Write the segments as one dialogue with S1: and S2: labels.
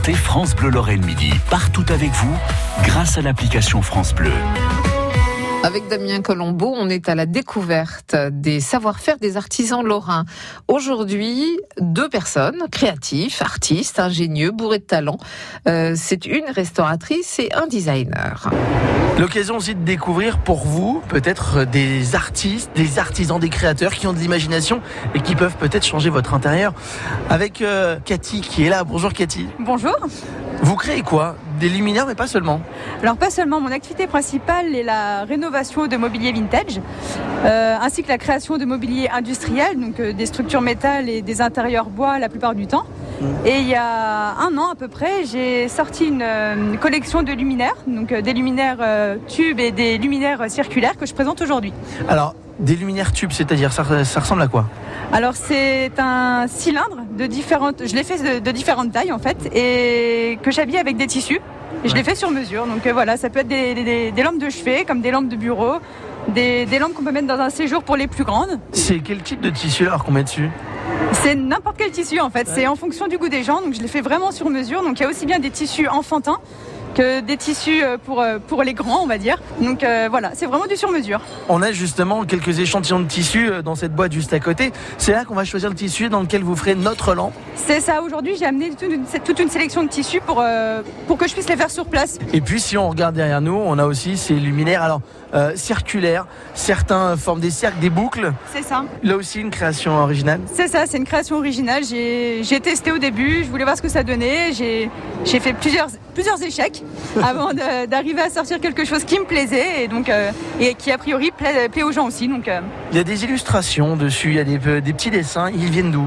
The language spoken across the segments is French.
S1: Écoutez France Bleu Lorraine Midi, partout avec vous, grâce à l'application France Bleu.
S2: Avec Damien Colombo, on est à la découverte des savoir-faire des artisans lorrains. Aujourd'hui, deux personnes, créatifs, artistes, ingénieux, bourrés de talent. Euh, c'est une restauratrice et un designer.
S3: L'occasion aussi de découvrir pour vous peut-être des artistes, des artisans, des créateurs qui ont de l'imagination et qui peuvent peut-être changer votre intérieur. Avec euh, Cathy qui est là. Bonjour Cathy.
S4: Bonjour.
S3: Vous créez quoi Des luminaires mais pas seulement.
S4: Alors pas seulement, mon activité principale est la rénovation de mobilier vintage, euh, ainsi que la création de mobilier industriel, donc euh, des structures métal et des intérieurs bois la plupart du temps. Et il y a un an à peu près, j'ai sorti une, euh, une collection de luminaires, donc euh, des luminaires euh, tubes et des luminaires euh, circulaires que je présente aujourd'hui.
S3: Alors, des luminaires tubes, c'est-à-dire ça, ça ressemble à quoi
S4: Alors c'est un cylindre de différentes, je l'ai fait de, de différentes tailles en fait, et que j'habille avec des tissus. Et je
S3: Ouais.
S4: l'ai fait sur mesure, donc euh, voilà, ça peut être des, des- des lampes de chevet, comme des lampes de bureau, des, des lampes qu'on peut mettre dans un séjour pour les plus grandes.
S3: C'est quel type de tissu alors qu'on met dessus
S4: C'est n'importe quel tissu en fait, c'est en fonction du goût des gens, donc je les fais vraiment sur mesure. Donc il y a aussi bien des tissus enfantins que des tissus euh, pour, euh, pour les grands, on va dire. Donc euh, voilà, c'est vraiment du sur mesure.
S3: On a justement quelques échantillons de tissu euh, dans cette boîte juste à côté. C'est là qu'on va choisir le tissu dans lequel vous ferez notre lampe.
S4: C'est ça, aujourd'hui j'ai amené toute une, toute une sélection de tissus pour, euh, pour que je puisse les faire sur place.
S3: Et puis si on regarde derrière nous, on a aussi ces luminaires alors euh, circulaires. Certains forment des cercles, des boucles.
S4: C'est ça.
S3: Là aussi une création originale.
S4: C'est ça, c'est une création originale. J'ai j'ai testé au début, je voulais voir ce que ça donnait. J'ai j'ai fait plusieurs, plusieurs échecs avant de- d'arriver à sortir quelque chose qui me plaisait et, donc, euh, et qui a priori plaît, plaît aux gens aussi. Donc, euh,
S3: Il y a des illustrations dessus, il y a des, pe- des petits dessins. Ils viennent d'où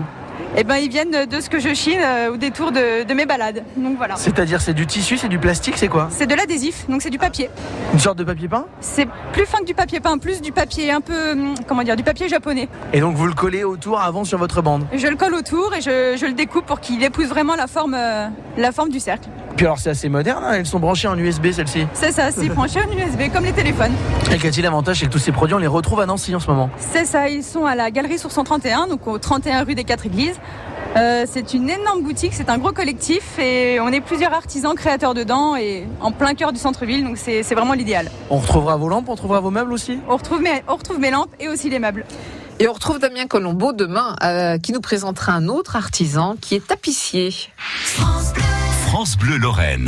S4: Eh ben, ils viennent de ce que je chine euh, au détour de, de mes balades. Donc voilà.
S3: C'est-à-dire c'est du tissu, c'est du plastique, c'est quoi
S4: C'est de l'adhésif, donc c'est du papier.
S3: Une sorte de papier peint
S4: C'est plus fin que du papier peint, plus du papier un peu, hum, comment dire, du papier japonais.
S3: Et donc vous le collez autour avant sur votre bande.
S4: Je le colle autour et je, je le découpe pour qu'il épouse vraiment la forme, euh, la forme du cercle.
S3: Puis alors c'est assez moderne, hein, elles sont branchées en USB celles-ci.
S4: C'est ça, c'est branché en USB comme les téléphones.
S3: Et qu'a-t-il l'avantage, c'est que tous ces produits on les retrouve à Nancy en ce moment.
S4: C'est ça, ils sont à la galerie sur 131, donc au 31 rue des Quatre Églises. Euh, c'est une énorme boutique, c'est un gros collectif et on est plusieurs artisans créateurs dedans et en plein cœur du centre-ville, donc c'est c'est vraiment l'idéal.
S3: On retrouvera vos lampes, on retrouvera vos meubles aussi.
S4: On retrouve, mes, on retrouve mes lampes et aussi les meubles.
S2: Et on retrouve Damien Colombo demain euh, qui nous présentera un autre artisan qui est tapissier.
S1: France Bleu Lorraine.